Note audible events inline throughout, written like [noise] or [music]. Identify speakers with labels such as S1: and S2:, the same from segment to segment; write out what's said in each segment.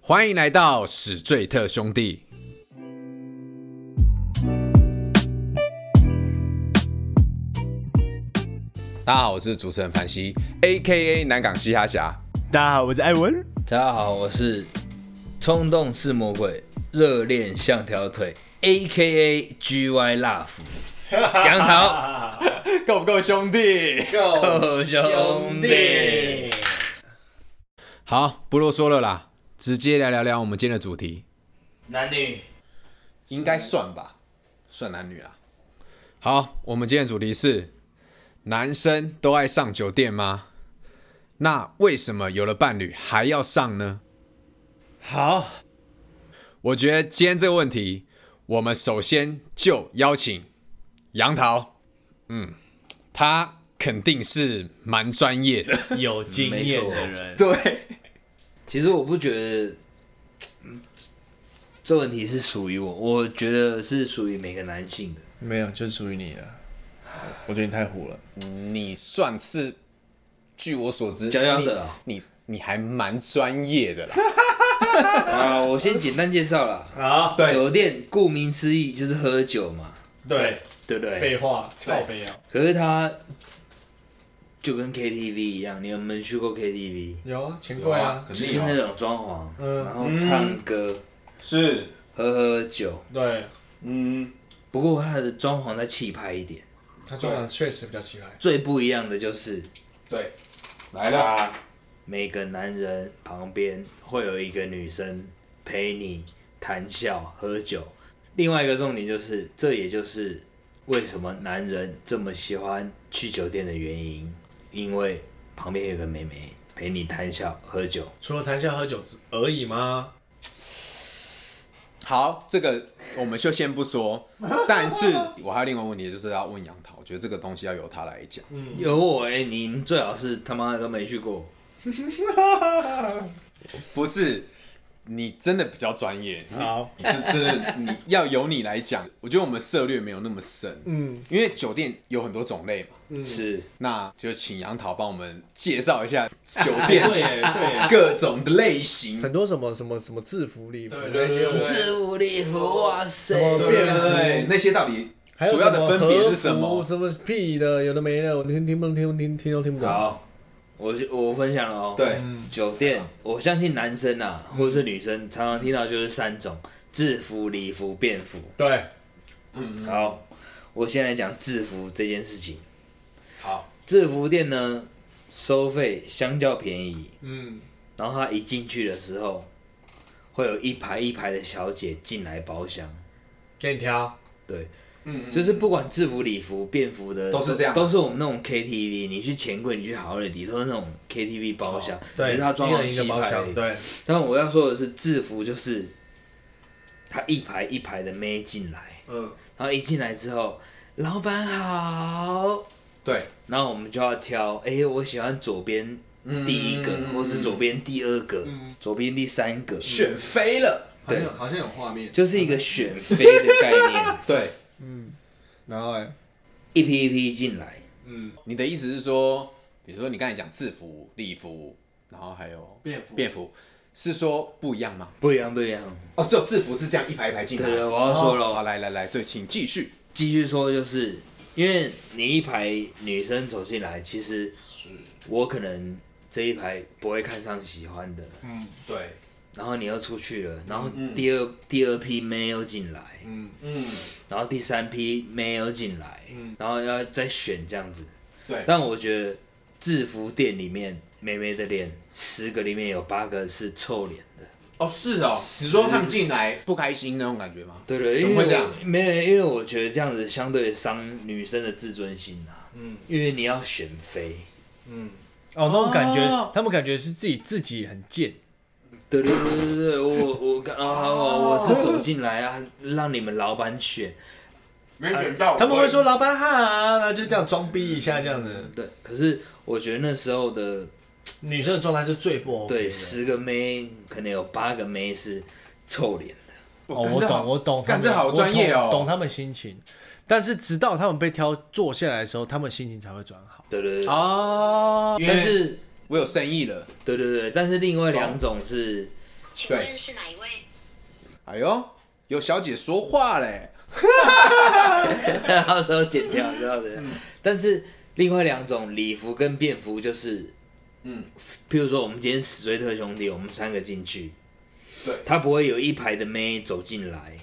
S1: 欢迎来到史最特兄弟。大家好，我是主持人凡西，A.K.A 南港嘻哈侠。 [laughs]
S2: 大家好，我是艾文。
S3: 大家好，我是冲动是魔鬼，热恋像条腿，A K A G Y Love，杨桃
S1: 够不够兄弟？
S3: 够兄弟，
S1: 好，不啰嗦了啦，直接来聊聊我们今天的主题，
S3: 男女
S1: 应该算吧，算男女啦。啊好，我们今天的主题是：男生都爱上酒店吗？那为什么有了伴侣还要上呢？
S2: 好，
S1: 我觉得今天这个问题，我们首先就邀请杨桃，嗯，他肯定是蛮专业的， [laughs]
S2: 有经验的人，
S1: 对，
S3: 其实我不觉得嗯这问题是属于我，我觉得是属于每个男性的。
S4: 没有，就是属于你的。我觉得你太虎了，
S1: 你算是，据我所知，
S3: 佼佼者啊
S1: 你你你还蛮专业
S2: [laughs]
S1: 的啦，
S3: 啊，我先简单介绍了，
S2: 好，
S1: 对，
S3: 酒店顾名思义就是喝酒嘛，
S2: 对，
S3: 对不对？
S2: 废话，靠背啊，
S3: 可是他就跟 KTV 一样，你有没有去过 KTV？
S2: 有啊，钱
S1: 有啊肯
S3: 就
S1: 定
S3: 是
S1: 有
S3: 那
S1: 啊
S3: 种装潢，
S2: 嗯
S3: 然后唱歌、
S1: 是，
S3: 喝喝酒。
S2: 对，
S1: 嗯，
S3: 不过他的装潢再气派一点。
S2: 他装的确实比较奇怪。
S3: 最不一样的就是
S1: 对，来了，
S3: 每个男人旁边会有一个女生陪你谈笑喝酒。另外一个重点就是，这也就是为什么男人这么喜欢去酒店的原因，因为旁边有个妹妹陪你谈笑喝酒。
S2: 除了谈笑喝酒之而已吗？
S1: 好，这个我们就先不说，但是我还有另外一个问题，就是要问杨桃，我觉得这个东西要由他来讲。
S2: 嗯
S3: 有我哎、你最好是他妈的都没去过。
S1: 不是，你真的比较专业。你
S2: 好，
S1: 你这真的你要由你来讲。我觉得我们涉略没有那么深，
S2: 嗯，
S1: 因为酒店有很多种类嘛。
S3: 是，
S1: 那就请杨桃帮我们介绍一下酒店
S2: 耶，哎对耶，
S1: 各种的类型。
S5: 很多什么什么什么制服礼服，
S2: 对对对对
S3: 这无力服，哇塞！
S5: 什么
S1: 对对对，那些到底
S5: 还有
S1: 主要的分别是什么
S5: 和服什么屁的，有的没的，我听听不懂，听不听听都听不懂。
S3: 好，我就我分享了哦。，
S1: 对，
S3: 酒店，我相信男生啊，或者是女生，常常听到就是三种：制服、礼服、便服。
S2: 对，
S3: 好，我先来讲制服这件事情。
S1: 好，
S3: 制服店呢，收费相较便宜，
S2: 嗯，
S3: 然后他一进去的时候，会有一排一排的小姐进来包厢。
S2: 给你挑，
S3: 对，
S1: 嗯，
S3: 就是不管制服、礼服、便服的
S1: 都是这样
S3: 都是我们那种 KTV，你去钱柜，你去好乐迪，都是那种 KTV 包厢，只
S2: 哦对，
S3: 是它装
S2: 一
S3: 潢
S2: 人一个
S3: 气
S2: 包
S3: 派而
S2: 厢，
S3: 已。
S2: 对，
S3: 但我要说的是，制服就是他一排一排的妹进来，
S2: 嗯，
S3: 然后一进来之后，老板好，
S1: 对，
S3: 然后我们就要挑，哎、我喜欢左边第一个，
S2: 嗯
S3: 或是左边第二个，左边第三个，
S1: 选妃了，
S2: 好像有好像有画面，
S3: 就是一个选妃的概念，
S2: [laughs]
S1: 对。
S4: 然后哎、
S3: 一批一批进来。
S1: 你的意思是说，比如说你刚才讲制服、礼服，然后还有
S2: 便服
S1: 便服是说不一样吗？
S3: 不一样，不一样。
S1: 哦，只有制服是这样一排一排进来。
S3: 对对我要说了
S1: 哦好，来来来，对，请继续。
S3: 继续说，就是因为你一排女生走进来，其实我可能这一排不会看上喜欢的，
S1: 对，
S3: 然后你又出去了，然后第二、第二批妹又进来，
S1: 嗯，
S3: 然后第三批妹又进来，然后要再选这样子。
S1: 对
S3: 但我觉得制服店里面妹妹的脸，十个里面有八个是臭脸的。
S1: 哦，是哦，你说他们进来不开心那种感觉吗？
S3: 对对，
S1: 怎
S3: 因
S1: 么
S3: 为
S1: 会这样
S3: 我没有，因为我觉得这样子相对伤女生的自尊心啊。嗯，因为你要选妃。
S2: 哦，那种感
S1: 哦
S2: 觉，他们感觉是自己自己很贱，
S3: 对对对对对，我我刚啊我我是走进来啊，让你们老板选。
S1: 没点到
S2: 他们会说老板好，然啊后就这样装逼一下这
S1: 嗯
S2: 样子，
S3: 对，可是我觉得那时候的
S2: 女生的状态是最不 OK 的
S3: 对十个妹，可能有八个妹是臭脸的。
S1: 哦
S2: 哦，我懂，我懂，
S1: 干
S2: 他们
S1: 这好专业哦
S2: 我懂懂他们心情。但是直到他们被挑坐下来的时候，他们心情才会转好。
S3: 对对对，
S1: 哦，因
S3: 但
S1: 为
S3: 是
S1: 我有生意了，
S3: 对对对，但是另外两种是
S6: 请
S1: 对
S6: 问是哪一位？
S1: 哎呦，有小姐说话嘞，
S3: [laughs] 到时候剪掉，知道
S1: 嗯
S3: 的。但是另外两种礼服跟便服就是，嗯，譬如说我们今天史瑞特兄弟，我们三个进去，
S1: 对
S3: 他不会有一排的妹走进来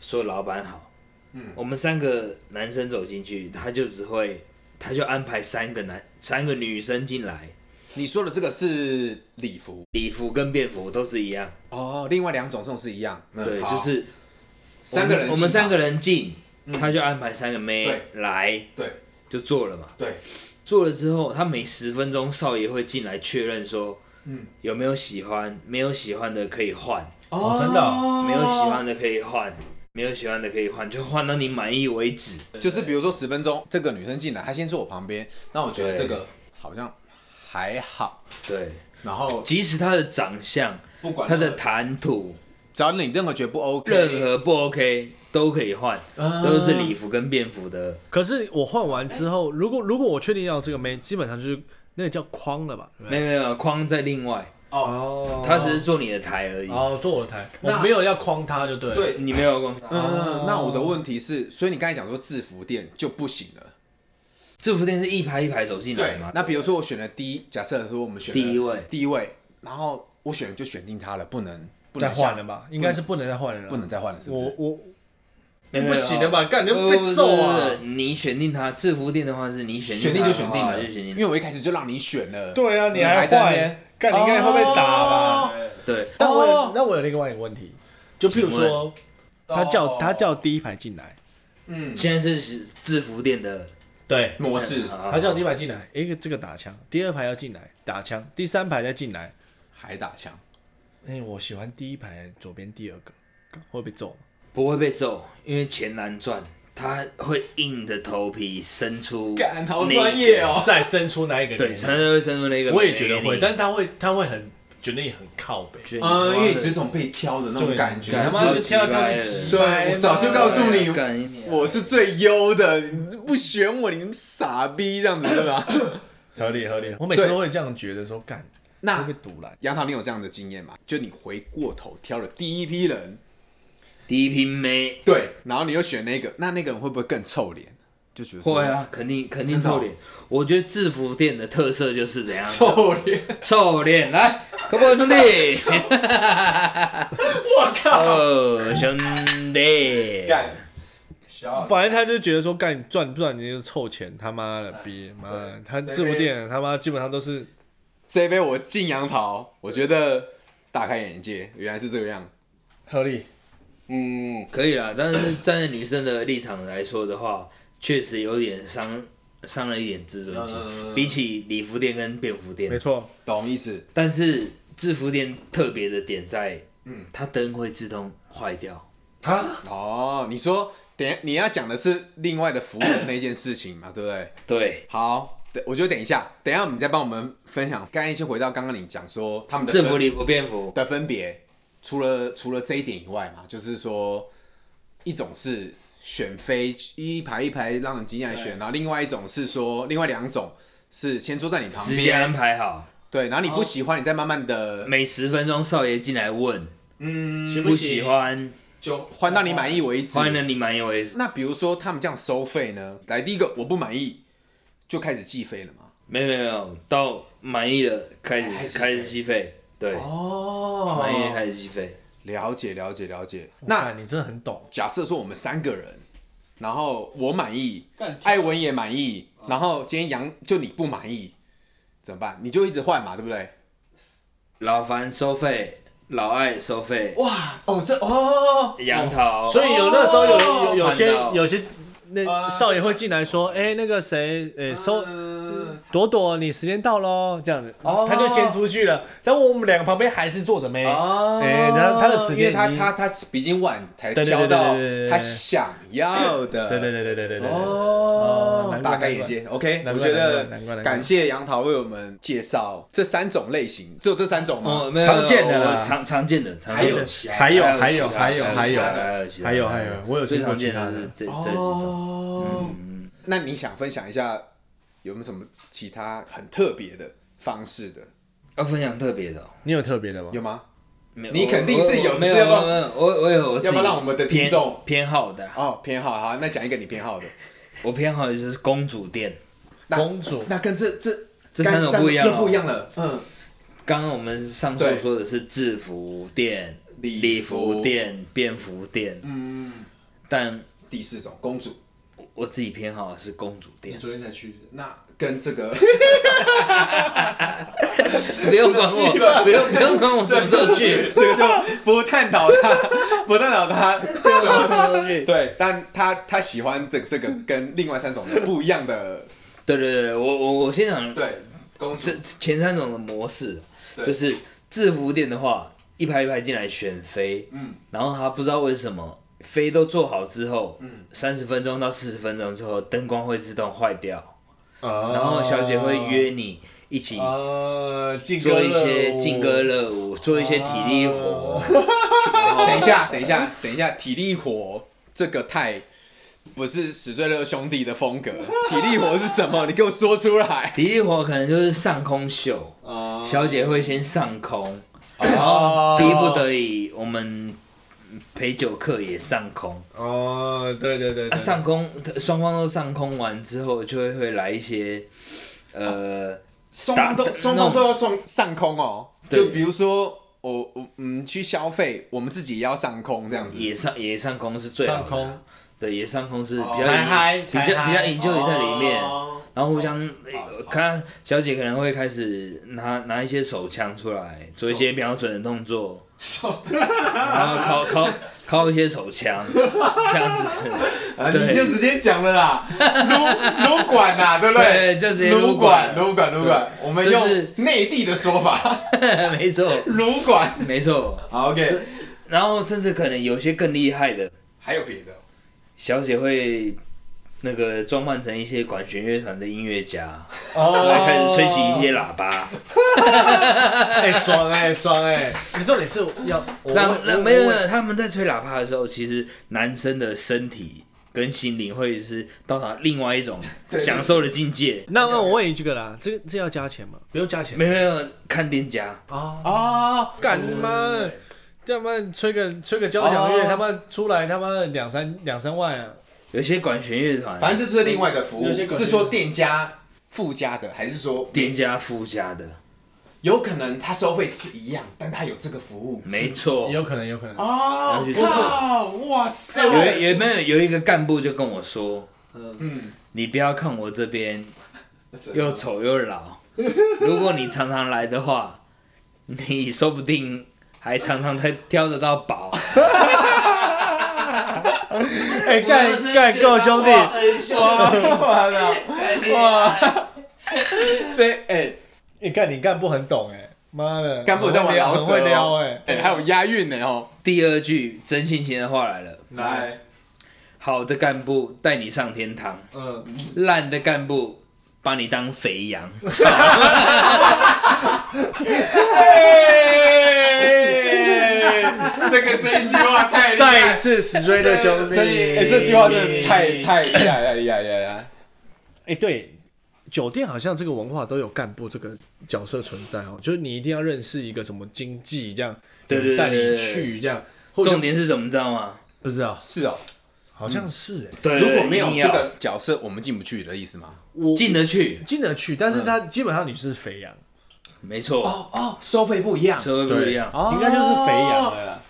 S3: 说老板好，嗯，我们三个男生走进去，他就只会，他就安排三个男三个女生进来，
S1: 你说的这个是礼服
S3: 礼服跟便服都是一样，
S1: 哦，另外两种这种是一样，嗯
S3: 对，
S1: 好
S3: 就是
S1: 三个
S3: 我
S1: 人
S3: 们我们三个
S1: 人，
S3: 人进，他就安排三个妹
S1: 对
S3: 来
S1: 对
S3: 就做了嘛。
S1: 对，
S3: 做了之后，他每十分钟少爷会进来确认说，嗯，有没有喜欢，没有喜欢的可以换，
S1: 哦
S2: 真的哦
S3: 没有喜欢的可以换，没有喜欢的可以换，就换到你满意为止。
S1: 哦就是比如说十分钟，这个女生进来，她先坐我旁边，那我觉得这个好像还好，
S3: 对，
S1: 然后
S3: 即使他的长相、
S1: 不管
S3: 他的谈吐，
S1: 只要你任何觉得不 OK，
S3: 任何不 OK 都可以换，
S1: 啊
S3: 都是礼服跟便服的。
S2: 可是我换完之后，
S1: 哎
S2: 如果如果我确定要这个妹，基本上就是那个叫框了吧？
S1: 哎
S2: 对不对
S3: 没有没有，框在另外，
S2: 哦，
S3: 他只是做你的台而已。
S2: 哦做我的台，我
S1: 那
S2: 没有要框他就对了。
S1: 对
S3: 你没有光，哦
S1: 嗯，那我的问题是，所以你刚才讲说制服店就不行了，
S3: 制服店是一排一排走进来
S1: 对
S3: 嘛？
S1: 那比如说我选了第一，假设说我们选了
S3: 第一位
S1: 第一位，然后我选了就选定他了，不能不
S2: 再
S1: 能
S2: 换
S1: 下
S2: 了吧？应该是不能再换了啦。
S1: 不能再换了，是不
S2: 我
S1: 是？
S2: 我
S3: 没有
S2: 不行了吧干你会被揍啊！
S3: 哎没有不不不不你选定他制服店的话，是你选
S1: 选定
S3: 定他
S1: 就
S3: 的
S1: 选
S3: 话
S1: 定了，
S3: 就选
S1: 因
S3: 定。
S1: 为我一开始就让你选了。
S4: 对啊，你
S1: 还
S4: 还
S1: 在那边
S4: 换，干你应该会被打
S2: 哦
S4: 吧？
S3: 对，
S2: 但我
S1: 哦
S2: 有那我有另外一个问题，就譬如
S3: 请
S2: 说，他
S1: 哦
S2: 叫他叫第一排进来，
S1: 嗯
S3: 现在是制服店的
S2: 对，
S1: 模式
S2: 他叫第一排进来，诶，这个打枪，第二排要进来打枪，第三排再进来，
S1: 还打枪，
S2: 哎，我喜欢第一排左边第二个，会被揍。
S3: 不会被揍，因为钱难赚，他会硬着头皮伸出，
S1: 干好专业哦。
S2: 再伸出那一个
S3: 对，他就会伸出那个美女。
S2: 我也觉得会，但是他会他会很觉得你很靠北，
S3: 觉得你
S1: 嗯，因为你只
S3: 妈的
S1: 是这种被挑的那种感觉，
S2: 他
S1: 就
S2: 妈
S1: 是
S2: 就跳跳去挤，
S3: 啊
S1: 对我早就告诉你
S3: 干一年
S1: 我是最优的，你不选我，你傻逼这样子对吧？
S4: 合理合理。
S2: 我每次都会这样觉得说干，
S1: 那
S2: 会被堵拦。
S1: 杨桃，你有这样的经验吗？就你回过头挑了第一批人，
S3: 第一批妹，
S1: 对，然后你又选那个，那那个人会不会更臭脸？就觉得说
S3: 会，啊，肯定肯定
S1: 真的哦
S3: 臭脸。我觉得制服店的特色就是怎样
S1: 臭脸，
S3: 臭脸，来，可不兄 [laughs] 弟。
S2: 我靠！
S3: 哦，兄弟，
S1: 干，
S2: 反正他就觉得说干赚不赚你就是臭钱，他妈的逼妈的，他制服店他妈基本上都是
S1: 这一杯我敬杨桃，我觉得大开眼界，原来是这个样。
S2: 合理。
S4: 嗯，
S3: 可以啦。但是站在女生的立场来说的话，确实有点伤伤了一点自尊心。
S1: 嗯
S3: 比起礼服店跟便服
S2: 没
S3: 店，
S2: 错，
S1: 懂意思？
S3: 但是制服店特别的点在，嗯，它灯会自动坏掉。
S1: 哦，你说等一下你要讲的是另外的服务的那件事情嘛，对不对？
S3: [coughs] 对，
S1: 好，对，我觉得等一下，等一下你再帮我们分享。刚才先回到刚刚你讲说他们的
S3: 制
S1: 分
S3: 服、礼服、便服，
S1: 的分别，除了除了这一点以外嘛，就是说一种是选妃一排一排让你进来选，然后另外一种是说另外两种是先坐在你旁
S3: 直接安
S1: 边，
S3: 排哦好，
S1: 对，然后你不喜欢，你再慢慢的
S3: 每十分钟少爷进来问，
S2: 嗯喜
S3: 不喜？欢，
S1: 就换到你满意为止。
S3: 欢迎你满意为止。
S1: 那比如说他们这样收费呢？来，第一个我不满意，就开始计费了嘛。
S3: 没有没有没有，到满意了开始开始计费，对，
S1: 哦
S3: 满意了开始计费。
S1: 了解了解了解。那
S2: 那你真的很
S3: 哦
S2: 懂，
S1: 假设说我们三个人，然后我满意，艾文也满意，然后今天杨就你不满意，怎么办？你就一直换嘛，对不对？
S3: 老樊收费，老艾收费，
S1: 哇，哦，这哦，
S3: 杨桃，
S2: 所以有那时候有有有些
S3: 看到呃
S2: 有些那少爷会进来说，哎，那个谁，哎，收
S3: 呃
S2: 朵朵，你时间到喽，这样子，
S3: 哦
S2: 他就先出去了，但我们两个旁边还是坐着妹，
S1: 哦，
S2: 哎，他他的时
S1: 因为
S2: 间已经，
S1: 他他他比较晚才
S2: 对对对
S1: 挑到
S2: 对对对对
S1: 他想要的，
S2: 对对对对对对对对，
S1: 哦
S2: 难怪
S1: 大开眼界。OK，
S2: 难怪
S1: 我觉
S2: 难怪难怪
S1: 得
S2: 难怪
S1: 感谢杨桃为我们介绍这三种类型，只有这三种
S3: 哦，
S1: 吗？
S3: 没有
S2: 常见的啦
S3: 我常常见的，常
S1: 还
S3: 见
S1: 有
S3: 的
S1: 其他
S2: 还有还
S3: 其
S2: 有
S3: 他
S2: 还有还有
S3: 其他的还有其他的
S2: 还有还有我有
S3: 最
S2: 听过
S3: 常
S2: 其
S3: 见
S2: 他
S3: 的
S2: 的
S3: 是这这几种，
S1: 哦，
S2: 嗯
S1: 那你想分享一下有没有什么其他很特别的方式的，
S3: 要分享特别的哦，
S2: 你有特别的吗？
S1: 有吗？
S3: 没有
S1: 你肯定是有
S3: 我我没有
S1: 只是要
S3: 没
S1: 不要
S3: 有没有我我有我自己
S1: 要不要让我们的听众
S3: 偏偏好的啊，
S1: 哦，偏好好，那讲一个你偏好的
S3: 我偏好的就是公主店。
S1: 那
S2: 公主
S1: 那跟这这
S3: 这三种不一样哦
S1: 又不一样了。嗯，
S3: 刚刚我们上述
S1: 对
S3: 说的是制服店、
S1: 礼
S3: 礼服
S1: 服
S3: 店、便服店，嗯，但
S1: 第四种公主，
S3: 我自己偏好的是公主
S2: 哎
S3: 店，
S5: 昨天才去的，
S1: 那跟这
S2: [laughs]
S1: 个，
S3: [laughs] 不用管 [laughs] 我，不用不用管我什么时候去
S1: [laughs] 这个就不探讨他，不探讨
S2: [laughs]
S1: 他
S3: 什么时候去。
S1: 对，但他他喜欢这这个跟另外三种的不一样
S3: [laughs]
S1: 的
S3: 对对对，我我我先讲
S1: 对公主
S3: 这前三种的模式，啊
S1: 对
S3: 就是制服店的话，一排一排进来选妃，嗯，然后他不知道为什么妃都做好之后，嗯，三十分钟到四十分钟之后，灯光会自动坏掉，
S2: 哦
S3: 然后小姐会约你一起
S2: 呃，劲歌
S3: 做一
S2: 热
S3: 些
S2: 舞
S3: 劲歌热
S2: 哦
S3: 舞，做一些体力活，
S2: 啊
S3: 哦
S1: 等一下，等一下，等一下，体力活这个太不是史最热兄弟的风
S3: [laughs]
S1: 格。体力活是什么？你给我说出来。
S3: 体力活可能就是上空秀，
S2: 哦
S3: 小姐会先上空，然后逼不得已，我们陪酒客也上空。
S2: 哦，对对对
S3: 啊，
S2: 对，
S3: 上空双方都上空完之后，就会会来一些，
S2: 啊
S3: 呃，
S1: 双方都
S3: 打
S1: 双方
S3: 弄
S1: 都要上上空哦。
S3: 对
S1: 就比如说，我我嗯去消费，我们自己也要上空这样子。
S3: 野上野上空是最好
S2: 上
S3: 的
S2: 空
S3: 啊，对，野上空是比较
S2: 才嗨
S3: 比
S2: 才
S3: 较比较
S2: 嗨
S3: enjoy 在里面，
S1: 哦
S3: 然后互相呃看小姐可能会开始拿拿一些手枪出来，做一些瞄准的动作，然后敲敲敲一些手枪，这样子， [laughs]
S1: 啊，你
S3: 对
S1: 就直接讲了啦，撸撸管
S3: [laughs]
S1: 啦，对不对？
S3: 对就直接
S1: 撸
S3: 撸管
S1: 撸管，撸管。我们
S3: 就是
S1: 用内地的说法， [laughs]
S3: 没错
S1: 撸管。
S3: 没错，
S1: 好，OK，
S3: 然后甚至可能有些更厉害的。
S1: 还有别的。
S3: 小姐会那个装扮成一些管弦乐团的音乐家，
S2: 哦
S3: 来开始吹起一些喇叭，
S2: 哎，爽哎，爽哎！你重点是要
S3: 让让没有没有，他们在吹喇叭的时候，其实男生的身体跟心灵会是到达另外一种享受的境界。
S2: 那那我问一句个啦，这这要加钱吗？不用加钱
S3: 没有没有，看店家，
S1: 哦，
S2: 干他妈的，他妈吹个吹个交响乐，他妈出来他妈的两三两三万啊！
S3: 有些管弦乐团，
S1: 反正这是另外一个服务，
S2: 有些可能
S1: 是说店家附加的，还是说
S3: 店家附加的，
S1: 有可能他收费是一样，但他有这个服务？
S3: 没错。
S2: 有可能，有可能。
S1: 哦
S3: 了解，
S1: 哇，哇塞！
S3: 有有没有有一个干部就跟我说，嗯，你不要看我这边
S1: 啊
S3: 又丑又老，如果你常常来的话，你说不定还常常才挑得到宝。
S2: 哎，干干够兄弟！
S3: 哇，
S2: 哇的，
S1: [laughs]
S3: 哇，
S1: 所以哎，
S2: 你干你干部很懂哎，妈的，
S1: 干部在玩老
S2: 很会
S1: 舍
S2: 撩
S1: 哦
S2: 哎，，
S1: 哎，还有押韵呢哦。
S3: 第二句真性情的话来了，
S2: 来，
S3: 好的干部带你上天堂，
S2: 嗯，
S3: 烂的干部把你当肥羊。
S1: 哎这个这一句话太厉害
S2: 再一次死追的兄弟，
S1: 这哎这句话真的太太厉害了厉害厉害厉害！
S2: 哎，对，酒店好像这个文化都有干部这个角色存在哦，就是你一定要认识一个什么经济这样，
S3: 对对对
S2: 带
S3: 对
S2: 你
S3: 对
S2: 去这样，
S3: 重点是什么，你知道吗？
S2: 不知道，
S1: 是哦，
S2: 好像是哎，
S3: 对，
S1: 如果没有
S3: 你
S1: 这
S3: 要
S1: 个角色，我们进不去的意思吗？
S2: 我
S3: 进得去，
S2: 进得去，但是
S1: 嗯
S2: 他基本上你是肥羊，
S3: 没错，
S1: 哦哦，收费不一样，
S3: 社会不一样。
S1: 哦
S2: 应该就是肥羊了啦。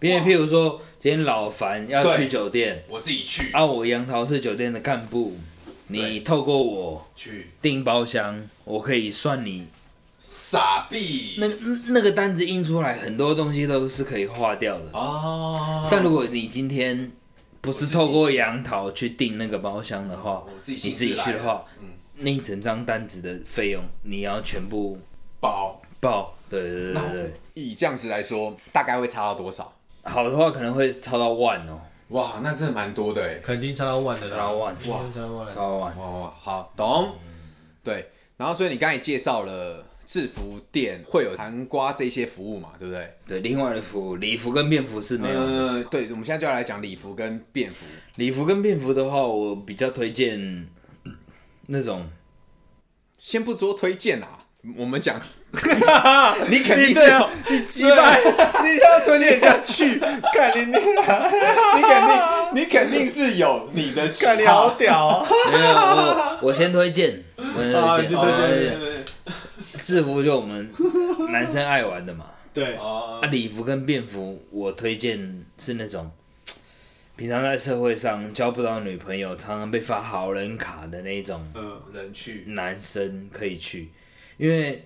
S3: 因为譬如说，今天老樊要
S1: 对
S3: 去酒店，
S1: 我自己去
S3: 啊，我杨桃是酒店的干部，你透过我
S1: 去，
S3: 订包厢，我可以算你
S1: 傻逼
S3: 那那个单子印出来，很多东西都是可以划掉的。
S1: 哦，
S3: 但如果你今天不是透过杨桃去订那个包厢的话
S1: 我，自
S3: 你
S1: 己兴
S3: 自
S1: 致来
S3: 己去的话
S1: 嗯，
S3: 那一整张单子的费用你要全部
S1: 包
S3: 报。对对对对对，
S1: 以这样子来说，大概会差到多少？
S3: 好的话可能会超到万哦，
S1: 哇，那真的蛮多的哎。
S2: 肯定超到万的
S3: 超到万，
S2: 哇，肯定超到万
S3: 超到万。
S1: 哦，好，懂。对，然后所以你刚才介绍了制服店会有含瓜这些服务嘛，对不对？
S3: 对，另外的服务，礼服跟便服是没有的。
S1: 嗯，对，我们现在就要来讲礼服跟便服。
S3: 礼服跟便服的话，我比较推荐那种
S1: 先不做推荐啦，啊我们 [laughs] 讲，你肯定是
S2: 对啊
S1: 你击败，你要推荐人家 [laughs] 去，
S4: 看你你
S1: 你肯定你肯定是有你的喜
S4: 看你好
S1: 好。
S4: 屌哦！
S3: 没有，我我先推荐，我先推荐，哦
S1: 啊，对
S3: 我
S1: 对
S3: 先推
S1: 对
S3: 荐
S1: 对对，
S3: 制服就我们男生爱玩的嘛，
S2: 对，
S1: 哦
S3: 啊，礼服跟便服我推荐是那种。平常在社会上交不到女朋友，常常被发好人卡的那种
S2: 嗯，
S1: 人去
S3: 男生可以去，因为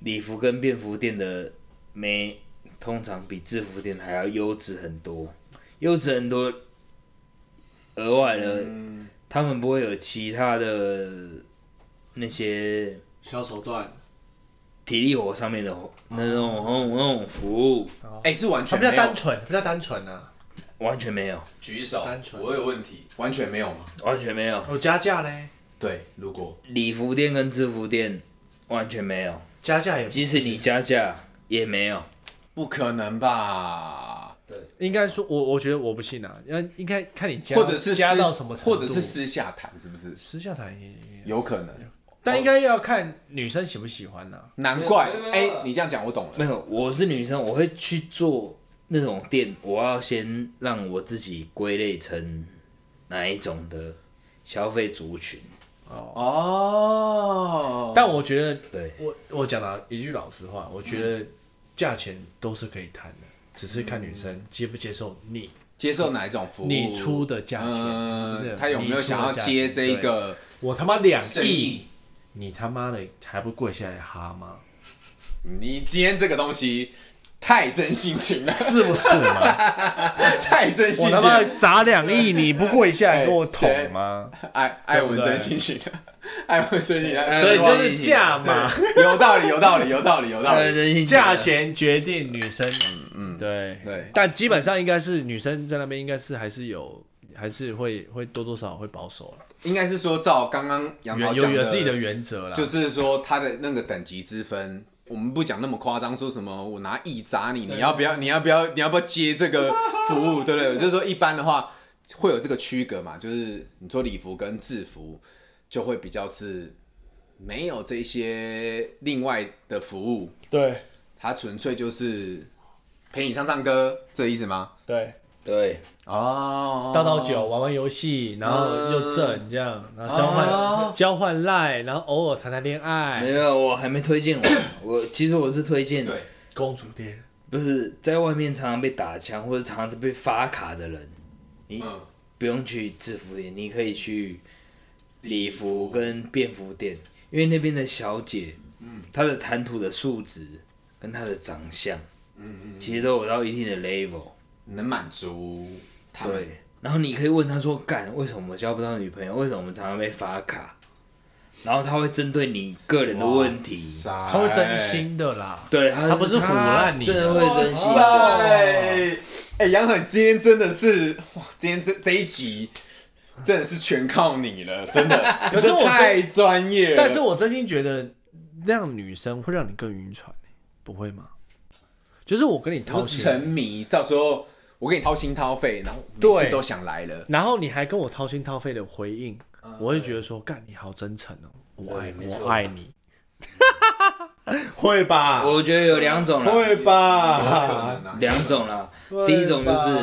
S3: 礼服跟便服店的妹通常比制服店还要优质很多，优质很多。额外的，他们不会有其他的那些
S2: 小手段，
S3: 体力活上面的那种、那种服务，
S1: 哎，是完
S5: 他
S1: 全
S5: 比
S1: 没
S5: 较
S1: 有
S5: 单。纯，比较单纯啊。
S3: 完全没有，
S1: 举手
S5: 单，纯
S1: 我有问题，完全没有吗？
S3: 完全没有。
S5: 有哦加价嘞，
S1: 对，如果
S3: 礼服店跟制服店完全没有，
S5: 加价也
S3: 即使你加价也没有。
S1: 不可能吧？
S2: 应该说，我我觉得我不信啊，要应该看你加，
S1: 或者是私
S2: 加到什么程度，
S1: 或者是私下谈，是不是？
S5: 私下谈也，
S1: 有可能，
S2: 但应该要看女生喜不喜欢呐、
S5: 啊
S1: 难怪
S3: 没有没。有没
S1: 哎
S3: 有，
S1: 你这样讲我懂了。
S3: 没有，我是女生，我会去做那种店，我要先让我自己归类成哪一种的消费族群。
S1: 哦，
S2: 但我觉得，
S3: 对，
S5: 我我讲了一句老实话，我觉得价钱都是可以谈的，只是看女生接不接受你。
S1: 接受哪一种服务？
S5: 你出的价钱不是
S1: 嗯，他有没有想要
S5: 你出的价
S1: 接
S5: 钱
S1: 这一个
S5: 我他妈两
S1: 生
S5: 亿，
S1: 意？
S5: 你他妈的还不跪下来哈吗？
S1: 你今天这个东西太真性情
S2: [laughs]
S1: 了，
S5: 是不是嘛？
S1: 太真性
S2: 我
S1: 情
S2: 他妈
S1: 了，
S2: 砸两亿，你不跪下来
S1: 哎
S2: 给我捅吗？
S1: 爱爱文真性情的，爱文真性情的，
S2: 所以
S1: 就
S2: 就是价嘛，
S1: 有道理，有道理，有道理，有道
S3: 呃
S1: 理。
S3: 人性
S2: 价钱决定女生，嗯嗯，对
S1: 对
S2: 但基本上应该是女生在那边应该是还是有，还是会会多多少少会保守了，
S1: 应该是说照刚刚杨
S2: 原
S1: 桃
S2: 有
S1: 讲
S2: 有自己的原啊则啦，
S1: 就是说他的那个等级之分，我们不讲那么夸张，说什么我拿亿砸你，你要不要？你要不要？你要不要接这个服务？对不对？就是说一般的话会有这个区隔嘛，就是你说礼服跟制服就会比较是没有这些另外的服务，
S4: 对
S1: 它纯粹就是陪你唱唱歌，这意思吗？
S4: 对，
S3: 对，
S1: 哦，
S2: 倒倒酒，玩玩游戏，然后又正这样，然后交
S1: 哦
S2: 换交换赖，然后偶尔谈谈恋
S3: 没
S2: 爱，
S3: 有，我还没推荐完。我其实我是推荐，
S1: 对
S5: 公主殿，
S3: 不是在外面常常被打枪或者常常被发卡的人，你
S1: 嗯
S3: 不用去制服店，你可以去礼服跟便服店，因为那边的小姐，
S1: 嗯
S3: 她的谈吐的素质跟她的长相，
S1: 嗯
S3: 其实都有到一定的 level。
S1: 能满足他们。
S3: 对，然后你可以问他说：“干，为什么我交不到女朋友？为什么我们常常被发卡？”然后他会针对你个人的问题，
S1: 他
S2: 他会
S1: 哎
S2: 真心的啦，
S3: 对，他
S2: 他不是唬烂你
S3: 真的会珍惜。
S1: 塞！哎、杨很，今天真的是哇，今天这这一集真的是全靠你了，真
S2: [laughs]
S1: 的。
S2: 可是我
S1: 你这太专业了，
S2: 但是我真心觉得那样女生会让你更晕船、不会吗？就是我跟你
S1: 我
S2: 掏
S1: 沉
S2: 钱，
S1: 迷，到时候我给你掏心掏肺，然后每
S2: 对
S1: 次都想来了。
S2: 然后你还跟我掏心掏肺的回应，我会觉得说，干你好真诚哦，我爱
S3: 对
S2: 你，
S3: 没错
S2: 我爱你。
S4: 会吧？
S3: 我觉得有两种啦，
S4: 会
S1: 可
S4: 吧？
S1: 能啊
S3: 两种啦。第一种就是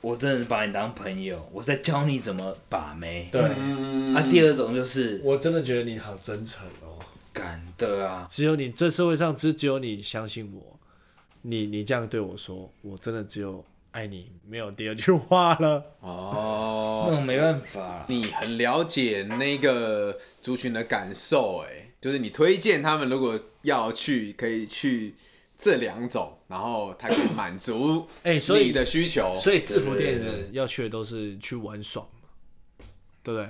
S3: 我真的把你当朋友，我在教你怎么把妹。
S5: 对
S1: 嗯，
S3: 啊，第二种就是
S5: 我真的觉得你好真诚哦。
S3: 敢的啊，
S2: 只有你，这社会上只只有你相信我，你你这样对我说，我真的只有爱你，没有第二句话了。
S1: 哦，
S3: 那我没办法啦。
S1: 你很了解那个族群的感受，哎，就是你推荐他们如果要去，可以去这两种，然后他可以满足
S2: [laughs] 哎所以
S1: 你的需求。
S2: 所以制服店的要去的都是去玩爽嘛，对不对？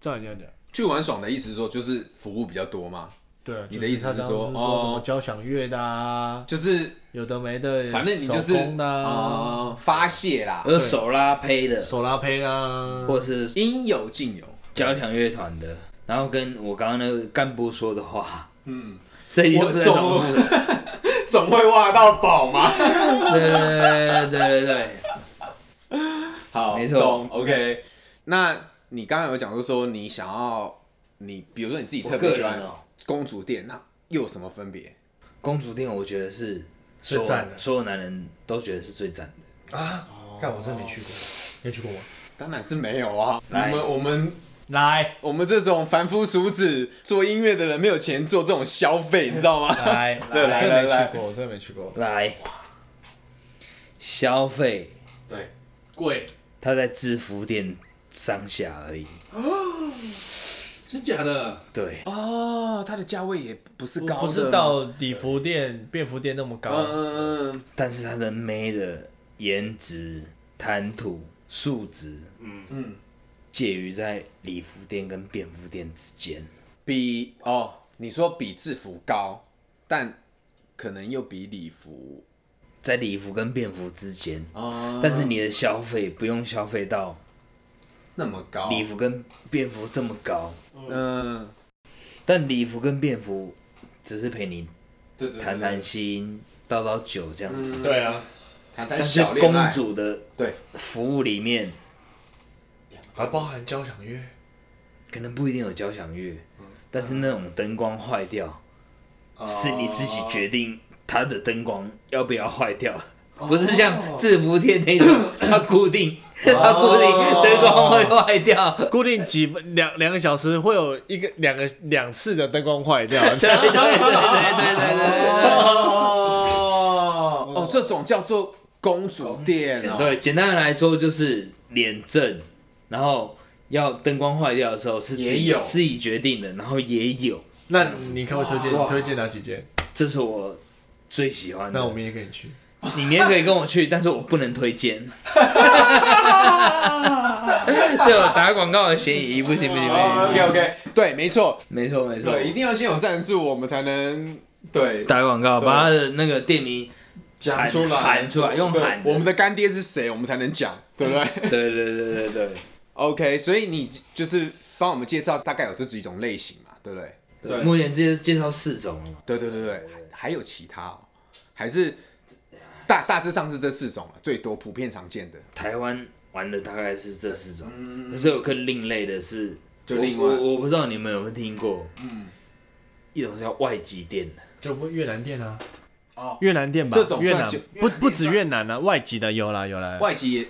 S2: 照你这样讲，
S1: 去玩爽的意思是说，就是服务比较多嘛，
S2: 对，啊
S1: 你的意思
S2: 就是是他
S1: 说
S2: 当时
S1: 哦
S2: 说什么交响乐的啊，
S1: 就是
S2: 有的没的，
S1: 反正你就是
S2: 嗯手工的啊，
S1: 呃发泄啦，
S3: 有手拉胚的，
S2: 手拉胚啊啦，
S3: 或是
S1: 应有尽有。 [laughs]
S3: 交响乐团的，然后跟我刚刚那个干部说的话，嗯，这一
S1: 我
S3: 不再重复了。
S1: 总会挖到宝
S2: [laughs]
S1: 吗？
S3: 对对对对对对对，
S1: 好，
S3: 没错
S1: 懂 OK，那你刚刚有讲说说你想要，你比如说你自己特
S3: 我
S1: 别
S3: 个
S1: 喜
S3: 人
S1: 欢，
S3: 哦，
S1: 公主店，那又有什么分别？
S3: 公主店我觉得是
S5: 最赞的
S3: 所有所有男人都觉得是最赞的。
S5: 啊！但我真没去过，你有去过吗？
S1: 当然是没有啊！我
S3: 来
S1: 们我们
S2: 来
S1: 我们这种凡夫俗子做音乐的人没有钱做这种消费，你知道吗？
S4: 来，
S1: 对来
S4: 真
S1: 来
S4: 没
S1: 来
S4: 去过，我真的没去过。
S3: 来，消费
S1: [laughs] 对，
S5: 贵，
S3: 他在制服店上下而已。
S5: 真假的？
S3: 对，
S1: 哦，它的价位也不是高的，
S2: 不是到礼服店、便服店那么高，
S1: 嗯，嗯
S3: 但是他的妹的颜值、谈吐、素质，嗯
S1: 嗯，
S3: 介于在礼服店跟便服店之间。
S1: 比哦，你说比制服高，但可能又比礼服
S3: 在礼服跟便服之间，
S1: 哦
S3: 但是你的消费不用消费到
S1: 那么高，
S3: 礼服跟便服这么高，
S1: 嗯，
S3: 但礼服跟便服只是陪你
S1: 对对，
S3: 谈谈心、倒倒酒这样子。
S5: 对啊，
S1: 谈谈
S3: 但是
S1: 小恋
S3: 公
S1: 爱，
S3: 主的
S1: 对
S3: 服务里面
S5: 还啊包含交响乐，嗯
S3: 可能不一定有交响乐，但是那种灯光坏掉，
S5: 哦
S3: 是你自己决定它的灯光要不要坏掉。
S5: 哦
S3: 不是像制服店那
S5: [coughs]
S3: 种，它固定，
S5: 哦
S3: 它固定灯光会坏
S5: [laughs]
S3: 掉，
S2: 固定几两两个小时会有一个两个两次的灯光坏掉，
S3: 对对对对对对对
S1: 哦哦，这种叫做公主店
S3: 对
S1: 哦，
S3: 对，简单的来说就是脸正，然后要灯光坏掉的时候是自己
S1: 也有
S3: 自己决定的，然后也有，
S5: 那你可以推荐
S1: 哇
S5: 推荐哪几间？
S3: 这是我最喜欢的。
S5: 那我明天跟你去。
S3: 你明天可以跟我去， [laughs] 但是我不能推荐。对我打广告的嫌疑，不行不行不行，
S1: OK OK，对，哦没错，
S3: 没错没错，
S1: 对，一定要先有战术，我们才能对
S3: 打广告，
S1: 对
S3: 把他的那个店名，
S1: 讲出来，
S3: 喊出来用
S1: 对
S3: 喊的
S1: 我们的干爹是谁，我们才能讲，对不对？
S3: [laughs] 对对对对对
S1: OK，所以你就是帮我们介绍大概有这几种类型嘛，对不对？
S3: 对，目前介介绍四种了嘛，
S1: 对对对对，还还有其他、哦，还是大大致上是这四种了，最多普遍常见的。
S3: 台湾玩的大概是这四种，可是有更另类的是，
S1: 嗯就
S3: 我
S1: 另外
S3: 我我不知道你们有没有听过，嗯，一种叫外籍店的，
S5: 就不越南店啊，
S2: 越南店吧，
S1: 这种
S2: 越
S1: 算
S2: 南
S1: 酒越
S2: 不
S1: 南店
S2: 不止
S1: 算
S2: 越南啊，外籍的有啦有啦，
S1: 外籍也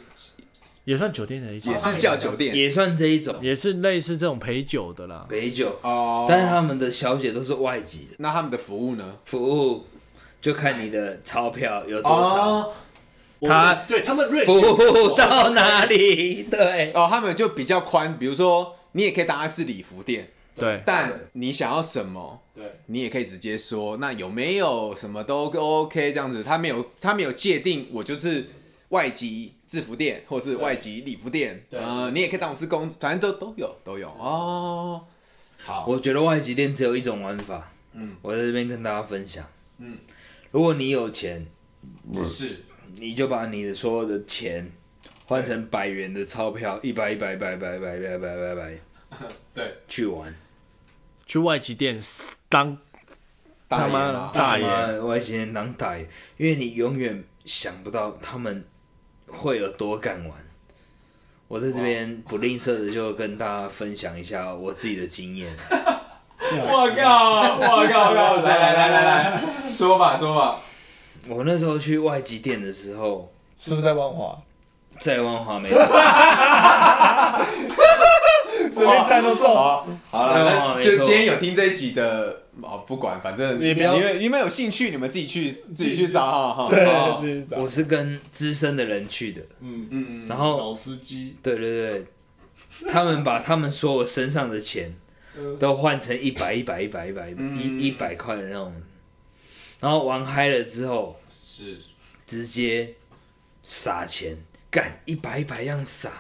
S2: 也算酒店的一种
S1: 也，是叫酒店
S3: 也算这一种
S2: 也是类似这种陪酒的啦。
S3: 北酒，
S1: 哦，
S3: 但是他们的小姐都是外籍的。
S1: 那他们的服务呢？
S3: 服务就看你的钞票有多少，，他
S5: 对他们瑞
S3: 服务到哪里？对，
S1: 哦，他们就比较宽，比如说你也可以当它是礼服店，
S2: 对，
S1: 但你想要什么，
S5: 对，
S1: 你也可以直接说。那有没有什么都 OK 这样子？他没有，他没有界定我就是外籍制服店或是外籍礼服店，呃，你也可以当我是公，反正都都有都有哦。好，
S3: 我觉得外籍店只有一种玩法，嗯，我在这边跟大家分享，嗯，如果你有钱，
S1: 是
S3: 你就把你的所有的钱换成百元的钞票，一百一百一百一百一百一百一百一百一百，
S1: 对，
S3: 去玩。
S2: 去外籍店当
S1: 大
S2: 他
S1: 爷
S2: 妈
S1: 嘛
S2: 大爷
S3: 妈的外籍店当大爷，因为你永远想不到他们会有多敢玩。我在这边不吝啬的就跟大家分享一下我自己的
S4: [laughs]
S3: 经验。
S1: 我靠！我靠！我靠！来来来来，说吧说吧。
S3: 我那时候去外籍店的时候，
S4: 是不是在万华？
S3: 在万华
S4: [laughs]
S3: 没，
S4: 随便猜都中。
S1: 好，好了，
S3: 哦
S1: 那
S3: 没
S1: 就
S3: 错
S1: 今天有听这一集的，哦，不管，反正你
S4: 不要
S1: 们你们有兴趣，你们自己去自己去找哈哈。
S4: 对
S1: 哦，
S4: 自己找
S3: 我是跟资深的人去的，
S4: 嗯，
S3: 然后
S4: 老司机。
S3: 对对对，他们把他们所有身上的钱
S4: 嗯
S3: 都换成一百一百一百一百一一百块的那种，然后玩嗨了之后，
S1: 是
S3: 直接撒钱，干一百一百样撒，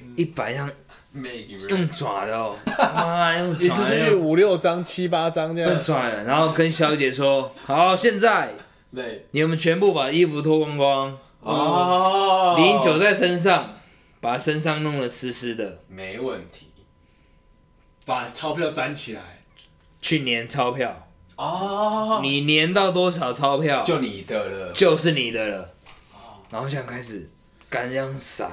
S1: 嗯
S3: 一百样
S1: make
S3: 用爪
S1: [laughs]
S3: 的哦，妈用
S4: 一
S3: 爪
S4: 次出
S3: 的
S4: 去
S3: 用
S4: 五六张、七八张这
S3: 用
S4: 样，
S3: 爪的，然后跟小姐说，好，现在
S1: 对
S3: 你们全部把衣服脱光光，
S1: 哦，
S3: 淋酒在身上，把身上弄得湿湿的，
S1: 没问题
S5: 把钞票粘起来，
S3: 去粘钞票，
S1: 哦，
S3: 你粘到多少钞票
S1: 就哦你的了，
S3: 就是你的了，然后现在开始干这样撒，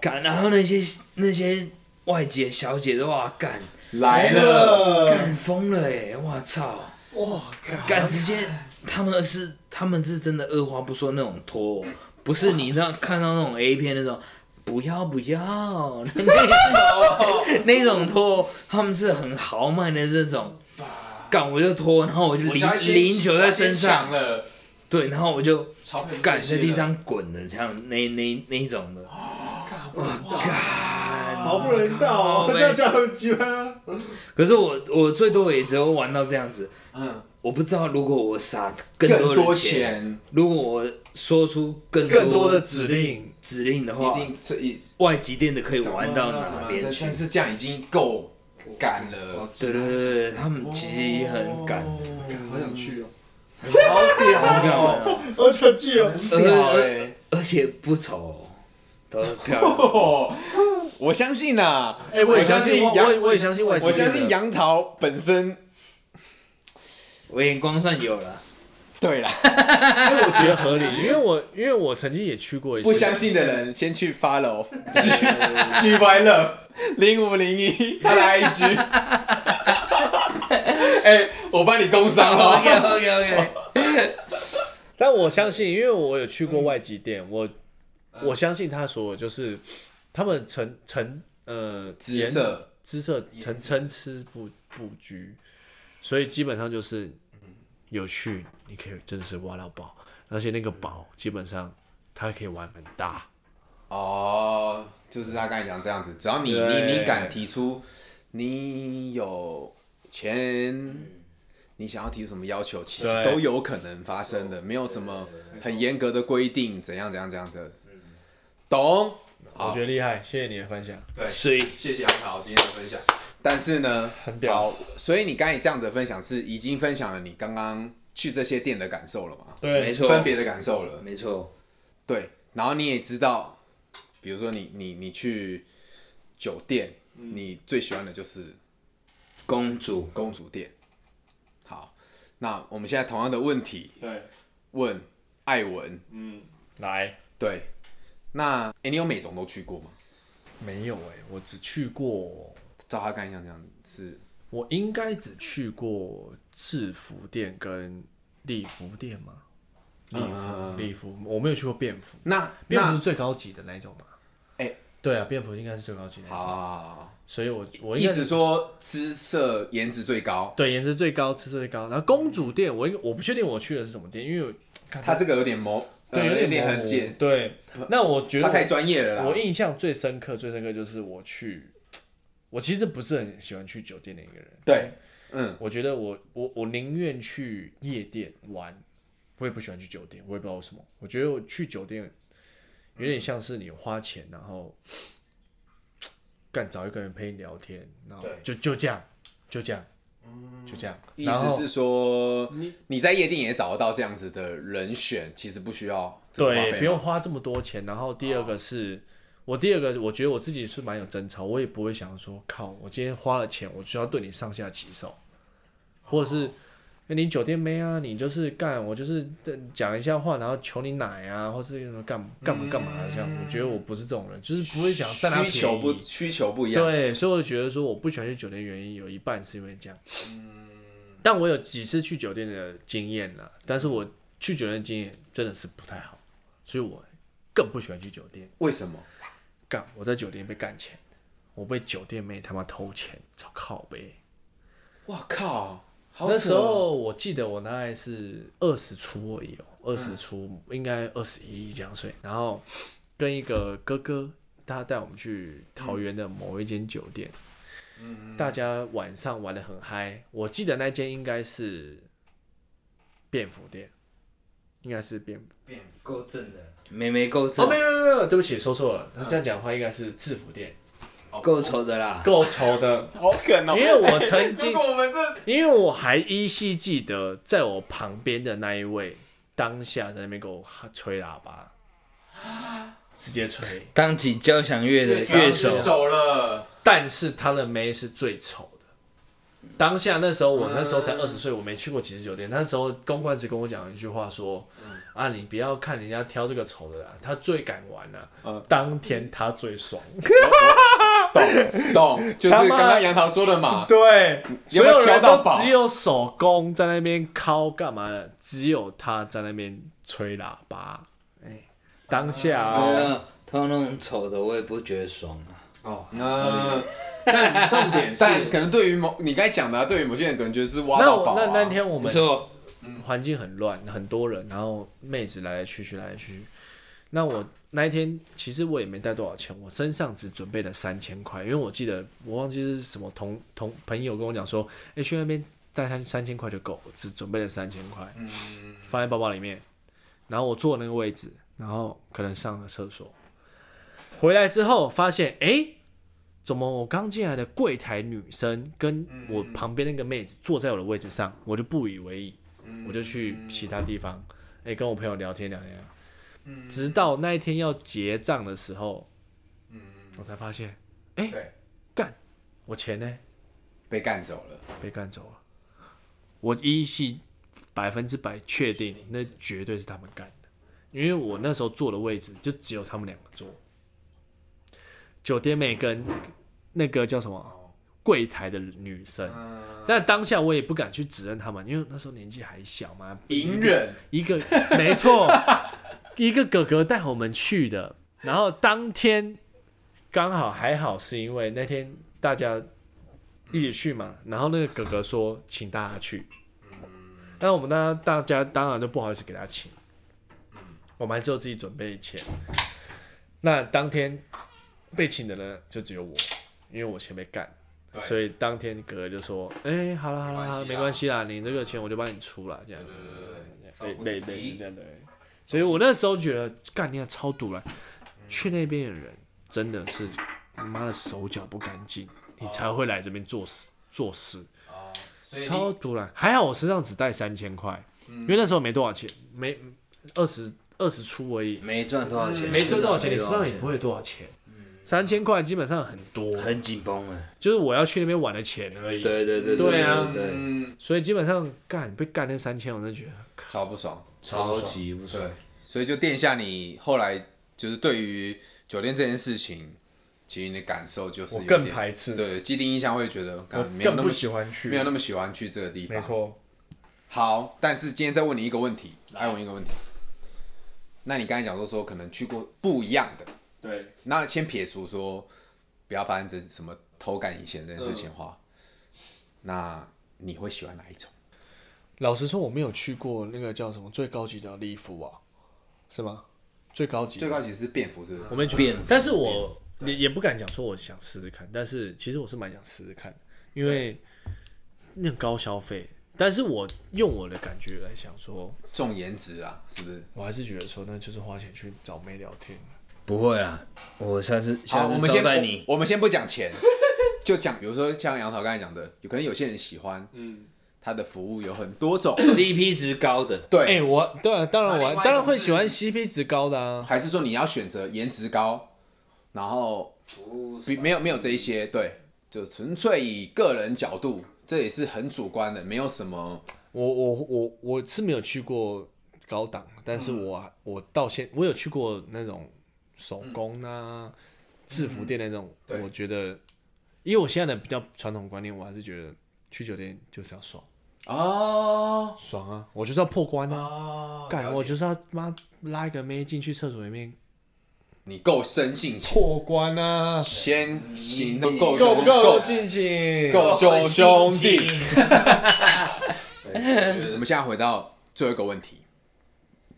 S3: 干，然后那些那些外籍的小姐的哇干。
S1: 来了，
S3: 干疯了哎、我操！哇，干直接他们是他们是真的二话不说那种拖，不是你那看到那种 A 片那种不要不要那种那种拖，他们是很豪迈的这种。干我就拖，然后我就
S1: 我
S3: 淋
S1: 想要先
S3: 淋酒在身
S1: 我
S3: 上，
S1: 先抢了，
S3: 对，然后我就
S1: 超平
S3: 干在
S1: 这些
S3: 地
S1: 了，
S3: 上滚的，这样那那那一种的。哇，干！
S5: 好不人道
S3: 靠
S5: 哦，
S3: 背
S5: 这样讲很鸡巴。
S3: 可是我我最多也只有玩到这样子，
S1: 嗯，
S3: 我不知道如果我撒更
S1: 更
S3: 的
S1: 多
S3: 钱，
S1: 钱
S3: 如果我说出更
S5: 更
S3: 多
S5: 多的指令，
S3: 指令的
S1: 一
S3: 话，
S1: 定这一
S3: 外籍店的可以玩到哪边
S1: 这
S3: 去哦
S1: 但？是这样已经够赶 [laughs] 了，
S3: 对对对对，他们其实也很敢，
S1: 好想去哦，好屌
S3: 很敢玩
S1: 哦， [laughs]
S3: 啊，
S5: 我想去哦，
S1: 很屌哎！
S3: 而且不丑，哦都是漂亮。
S1: 我相信啊，
S2: 哎，我也相信，
S1: 我
S2: 我
S1: 相信
S2: 也我也相信外籍
S1: 我
S2: 记者，
S1: 相信杨桃本身
S3: 我眼光算有了，
S1: 对啦，
S2: 因为我觉得合理，因为我因为我曾经也去过一次，
S1: 不相信的人先去 follow G Y Love 零五零一他的 IG。哎，我帮你工商了
S3: OK OK OK，
S2: 但我相信，因为我有去过外籍店，我我相信他所有就是他们成成呃
S1: 姿色
S2: 姿色成参差不不拘，所以基本上就是有去，你可以真的是挖到宝，而且那个宝基本上它可以玩很大。
S1: 哦，就是他刚才讲这样子，只要你你
S2: 对
S1: 你敢提出你有钱，你想要提出什么要求，其实
S2: 对
S1: 都有可能发生的，没有什么很严格的规定，怎样怎样怎样的，懂？
S2: 我觉得厉害，谢谢你的分享。
S1: 对，
S3: 所以
S1: 谢谢杨桃今天的分享。但是呢，好，所以你刚才这样子的分享是已经分享了你刚刚去这些店的感受了嘛？
S3: 没错，
S1: 分别的感受了。
S3: 没错，
S1: 对，然后你也知道，比如说你你你去酒店，你最喜欢的就是
S3: 公主
S1: 公主店。好，那我们现在同样的问题
S4: 对，
S1: 问艾文，
S4: 来，
S1: 对，那哎、诶你有每种都去过吗？
S2: 没有哎、我只去过，
S1: 照他刚才讲这样是
S2: 我应该只去过制服店跟礼服店吗？礼服，礼服，我没有去过便服。
S1: 那
S2: 便服
S1: 那
S2: 是最高级的那一种嘛？
S1: 哎
S2: 对啊，便服应该是最高级的那一种，
S1: 啊，
S2: 所以我我应
S1: 意
S2: 该
S1: 思
S2: 是
S1: 说姿色颜值最高，
S2: 对颜值最高，吃最高。然后公主店，我应该我不确定我去的是什么店，因为我看
S1: 他这个有点模，呃
S2: 对有
S1: 有点
S2: 模糊
S1: 很简，
S2: 对，那我觉得
S1: 他
S2: 我
S1: 太专业了
S2: 我
S1: 啦。
S2: 印象最深刻、最深刻就是我去，我其实不是很喜欢去酒店的一个人。
S1: 对，嗯，
S2: 我觉得我我我宁愿去夜店玩，我也不喜欢去酒店，我也不知道为什么。我觉得我去酒店有点像是你花钱，然后干找一个人陪你聊天，然后
S1: 对嗯
S2: 就就这样，就这样，就这样。
S1: 意
S2: 然
S1: 思
S2: 后
S1: 是说你在夜店也找得到这样子的人选，其实不需要这么花费
S2: 对，
S1: 嘛哦
S2: 不用花这么多钱。然后第二个是、我第二个，我觉得我自己是蛮有争吵，我也不会想说靠，我今天花了钱，我就要对你上下其
S1: 哦
S2: 手，或者是、欸你酒店妹啊，你就是干我就是呃讲一下话，然后求你奶啊，或是什么干干嘛干嘛的这样。我觉得我不是这种人，就是不会想占他
S1: 需求
S2: 便
S1: 不
S2: 宜。
S1: 需求不一样，
S2: 对，所以我就觉得说我不喜欢去酒店的原因有一半是因为这样。
S1: 嗯
S2: 但我有几次去酒店的经验了，但是我去酒店的经验真的是不太好，所以我更不喜欢去酒店。
S1: 为什么？
S2: 干，我在酒店被干钱，我被酒店妹他妈偷钱，操靠呗！
S1: 哇靠！好
S2: 那时
S1: 扯哦
S2: 候我记得我大概是二十出而已哦，二十出、应该二十一这样岁，然后跟一个哥哥，他带我们去桃园的某一间酒店，大家晚上玩的很嗨，我记得那间应该是便服店，应该是便服
S3: 够正的，美眉够
S2: 哦，
S3: 正
S2: 没，有没有没有，对不起，说错了，他这样讲的话应该是制服店，
S3: 够丑的啦。
S2: 够丑的，
S1: 好梗
S2: 因为我
S1: [laughs]
S2: 曾经
S1: 我们这
S2: 因为我还依稀记得，在我旁边的那一位，当下在那边给我吹喇叭，直接吹。
S3: 当起交响乐的乐手，
S1: 手了，
S2: 但是他的妹是最丑的。当下那时候我那时候
S1: 嗯
S2: 才二十岁，我没去过几次酒店。那时候公关只跟我讲一句话说：“
S1: 嗯
S2: 啊，你不要看人啊
S1: 嗯
S2: 家挑这个丑的啦，他最敢玩了、当天他最爽。
S1: [laughs] 懂懂，就是刚刚杨桃说的
S2: [laughs]
S1: 嘛，
S2: 对，
S1: 有
S2: 所
S1: 没有
S2: 有
S1: 挑
S2: 人
S1: 到
S2: 都
S1: 宝
S2: 只有手工在那边敲干嘛的，只有他在那边吹喇叭。哎，当下哦，
S3: 嗯他们那种丑的，我也不觉得爽啊。
S1: 那
S5: 但重点
S1: 嗯
S5: 是，
S1: 但可能对于某你刚才讲的啊，对于某些人可能觉得是挖
S2: 那
S1: 到
S2: 我
S1: 宝啊。
S2: 那那天我
S3: 没
S2: 们
S3: 错，
S2: 环境很乱，很多人，然后妹子来来去去，来来去去。那我那一天其实我也没带多少钱，我身上只准备了三千块，因为我记得我忘记是什么同同朋友跟我讲说，哎、去那边带三三千块就够，我只准备了三千块，放在包包里面。然后我坐那个位置，然后可能上个厕所，回来之后发现，哎、怎么我刚进来的柜台女生跟我旁边那个妹子坐在我的位置上，我就不以为意，我就去其他地方，哎、跟我朋友聊天聊天，直到那一天要结账的时候，我才发现
S1: 对
S2: 我钱呢
S1: 被干走了，
S2: 被干走了，我依稀百分之百确定那绝对是他们干的，因为我那时候坐的位置就只有他们两个坐，酒店妹跟那个叫什么柜台的女生，但当下我也不敢去指认他们，因为那时候年纪还小嘛，
S1: 隐忍
S2: 一个没错，一个哥哥带我们去的。然后当天刚好还好，是因为那天大家一起去嘛，然后那个哥哥说请大家去，但我们大家大家当然都不好意思给他请，我们还是有自己准备钱。那当天被请的人就只有我，因为我前被干，
S1: 对
S2: 所以当天哥哥就说：“哎、好了好了好了，
S1: 没关系啦啊
S2: 没关系啦，你这个钱我就帮你出了。”这样，
S1: 对对
S2: 对
S1: 照顾你
S2: 对对对。哎所以我那时候觉得，干你啊，超堵了。去那边的人真的是，妈的手脚不干净，你才会来这边做事做事，
S1: 哦，所以你
S2: 超堵了。还好我身上只带三千块，因为那时候没多少钱，没二十二十出而已，
S3: 没赚多少钱，
S5: 没赚多少钱，你
S3: 没
S5: 身上也不会有多少钱。
S2: 三千块基本上很多，
S3: 很紧绷哎。
S2: 就是我要去那边玩的钱而已。
S3: 对对对
S2: 对啊
S3: 对，
S1: 嗯，
S2: 所以基本上干被干那三千，我真的觉得
S1: 超不爽，
S3: 超
S1: 不爽
S3: 级不爽
S1: 对。，所以就殿下，你后来就是对于酒店这件事情，其实你的感受就是
S4: 我
S1: 有
S4: 更
S1: 点
S4: 排斥
S1: 对，既定印象会觉得，
S4: 我
S1: 干没有
S4: 更
S1: 那
S4: 不
S1: 么
S4: 喜欢去
S1: 没。有那么喜欢去这个地
S4: 没
S1: 方。
S4: 错，
S1: 好，但是今天再问你一个问题，来问一个问题。那你刚才讲说说可能去过不一样的，
S4: 对，
S1: 那先撇除说不要发生这什么偷干引线这件事情的话，那你会喜欢哪一种？
S2: 老实说，我没有去过那个叫什么最高级的礼服啊，是吗？最高级，
S1: 最高级是便服，是不是？
S2: 我没去过
S3: 变服，
S2: 但是我也也不敢讲说我想试试看，但是其实我是蛮想试试看的，因为那高消费。但是我用我的感觉来想说，
S1: 重颜值啊，是不是？
S2: 我还是觉得说那就是花钱去找妹聊天。
S3: 不会啊，我下次
S1: 好，
S3: 下
S1: 我
S3: 次
S1: 们
S3: 招
S1: 先
S3: 待你。
S1: 我我们先不讲钱，就讲比如说像杨桃刚才讲的，有可能有些人喜欢，嗯，他的服务有很多种，
S3: CP 值高的，
S1: [coughs] 对，
S2: 哎、我对、啊，当然我
S1: 另外一种
S2: 当然会喜欢 CP 值高的啊。
S1: 还是说你要选择颜值高，然后比没有没有这一些，对，就纯粹以个人角度，这也是很主观的，没有什么
S2: 我我我我是没有去过高档，但是我、啊我到现我有去过那种手工啊、制服店那种，
S1: 对
S2: 我觉得，因为我现在的比较传统观念，我还是觉得去酒店就是要爽
S1: 哦
S2: 爽啊，我就是要破关啊，
S1: 哦
S2: 干、我就是要妈拉一个妹进去厕所里面
S1: 你够深性情，
S4: 破关啊，
S1: 先行动够
S4: 够不够有
S1: 够
S4: 信心？
S1: 够兄兄弟
S3: 心。
S1: 我们现在回到最后一个问题，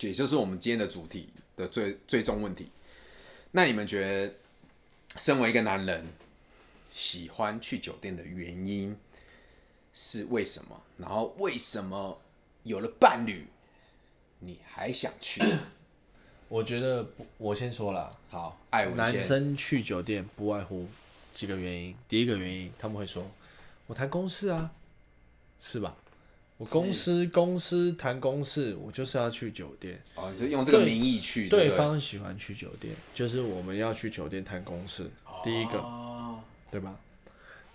S1: 也就是我们今天的主题的最最终问题。那你们觉得，身为一个男人，喜欢去酒店的原因是为什么？然后为什么有了伴侣，你还想去？
S5: 我觉得不我先说啦，
S1: 好，艾文
S2: 男
S1: 先
S2: 生去酒店不外乎几个原因。第一个原因，他们会说：“我谈公事啊，是吧？我公司公司谈公事，我就是要去酒店。
S1: 哦，你就用这个
S2: 对
S1: 名义去，对
S2: 对
S1: 不对
S2: 方喜欢去酒店，就是我们要去酒店谈公事。第一个，
S1: 哦
S2: 对吧？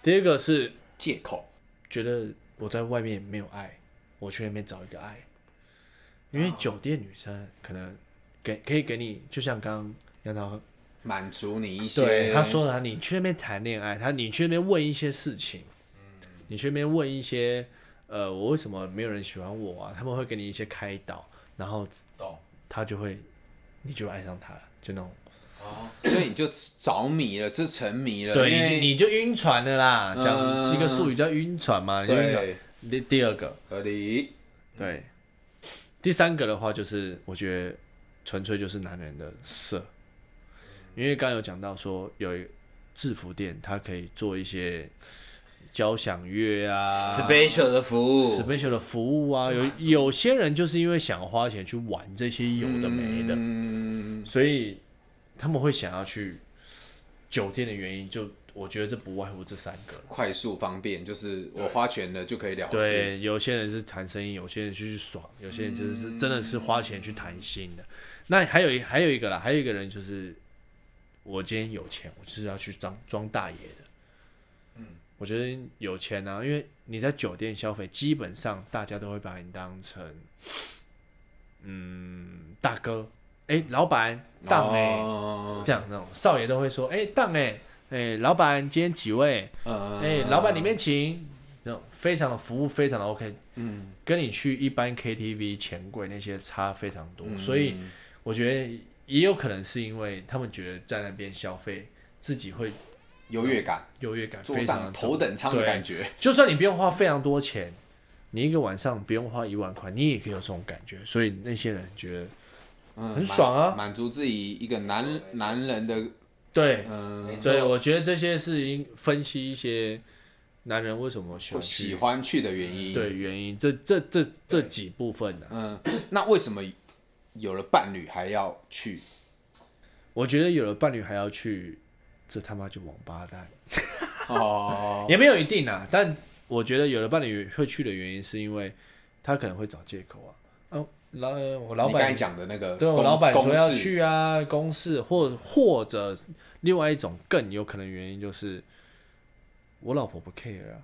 S2: 第二个是
S1: 借口，
S2: 觉得我在外面没有爱，我去那边找一个爱，因为酒店女生可能给可以给你，就像刚刚杨桃
S1: 满足你一些
S2: 对，他说了，你去那边谈恋爱，他你去那边问一些事情，你去那边问一些，呃，我为什么没有人喜欢我啊？他们会给你一些开导，然后
S1: 懂
S2: 他就会，你就爱上他了，就那种，
S1: 所以你就着迷了，就沉迷了。
S2: 对，
S1: 因
S2: 你
S1: 为
S2: 就你就晕船了啦，讲、
S1: 嗯
S2: 一个术语叫晕船嘛，你就晕船
S1: 对
S2: 第第二个，
S1: 合理
S2: 对，第三个的话就是，我觉得纯粹就是男人的色，因为刚刚有讲到说有一制服店，它可以做一些交响乐啊。
S3: special 的服务
S2: special 的服务啊，有有些人就是因为想花钱去玩这些有的没
S1: 嗯
S2: 的，所以他们会想要去酒店的原因，就我觉得这不外乎这三个。
S1: 快速方便，就是我花钱了就可以了事。
S2: 对，有些人是谈生意，有些人就去爽，有些人就是真的是花钱去谈心的。那还有一还有一个啦，还有一个人就是，我今天有钱，我就是要去装装大爷的。嗯，我觉得有钱啊，因为你在酒店消费，基本上大家都会把你当成，嗯，大哥，哎、老板，当哎、
S1: 哦
S2: 这样那种少爷都会说，哎、当哎、哎、老板，今天几位？
S1: 嗯
S2: 哎、老板里面请，这种非常的服务非常的 OK，嗯，跟你去一般 KTV 钱柜那些差非常多，
S1: 嗯
S2: 所以我觉得也有可能是因为他们觉得在那边消费，自己会
S1: 优越感，
S2: 优越感
S1: 坐
S2: 非常
S1: 上
S2: 的
S1: 头等舱的感觉。
S2: 就算你不用花非常多钱，你一个晚上不用花一万块，你也可以有这种感觉，所以那些人觉得
S1: 嗯
S2: 很爽啊
S1: 满满足自己一个男男人的
S2: 对，
S1: 嗯，
S2: 所以我觉得这些是因分析一些男人为什么喜欢去
S1: 喜欢去的原因。
S2: 对原因，这这这这几部分啊呢、
S1: 嗯，那为什么有了伴侣还要
S2: [laughs]
S1: 去？
S2: 我觉得有了伴侣还要去，这他妈就王八蛋，
S1: 哦，
S2: 也没有一定啊。但我觉得有了伴侣会去的原因，是因为他可能会找借口啊。哦，老呃我老
S1: 你刚才
S2: 板
S1: 讲的那个公，
S2: 对我老板
S1: 公
S2: 说要
S1: 事，
S2: 去啊，公事或或者另外一种更有可能的原因就是，我老婆不 care 啊，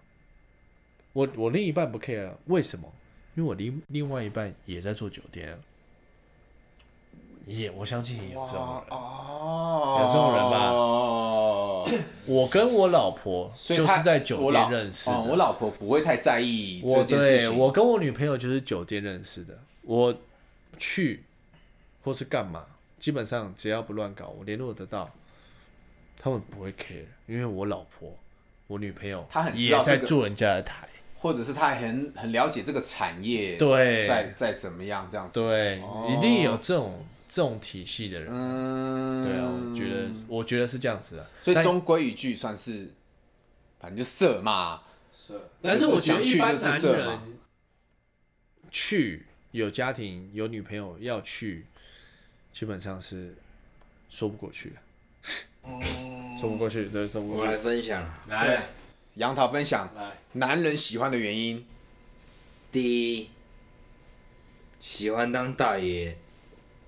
S2: 我我另一半不 care，、啊、为什么？因为我另另外一半也在做酒店、啊，也我相信也有这种人。
S1: 哦，
S2: 有这种人吧
S1: 吧？
S2: 我跟我老婆
S1: 所
S2: 就
S1: 以他
S2: 是在酒
S1: 我
S2: 店
S1: 老
S2: 认识的。
S1: 哦，我老婆不会太在意这
S2: 我
S1: 件事
S2: 对
S1: 情。
S2: 我跟我女朋友就是酒店认识的。我去或是干嘛，基本上只要不乱搞，我联络得到，他们不会 care，因为我老婆、我女朋友
S1: 她很知
S2: 也
S1: 道这
S2: 在
S1: 个
S2: 做人家的台。
S1: 或者是他很很了解这个产业，
S2: 对
S1: 在在怎么样这样子。
S2: 对，
S1: 哦
S2: 一定有这种这种体系的人。
S1: 嗯，
S2: 对啊，我觉得我觉得是这样子啊。
S1: 所以
S2: 但
S1: 终归一句算是，反正就色嘛，
S2: 但是我觉得
S1: 就是想去
S2: 一般
S1: 就是
S2: 男
S1: 色
S2: 人
S1: 嘛
S2: 去有家庭有女朋友要去，基本上是说不过去的，
S5: 嗯
S4: 说不过去，对，说不
S3: 我
S4: 过
S3: 来
S4: 去。
S3: 分享
S1: 对。杨桃分享男人喜欢的原因，
S3: 第一，喜欢当大爷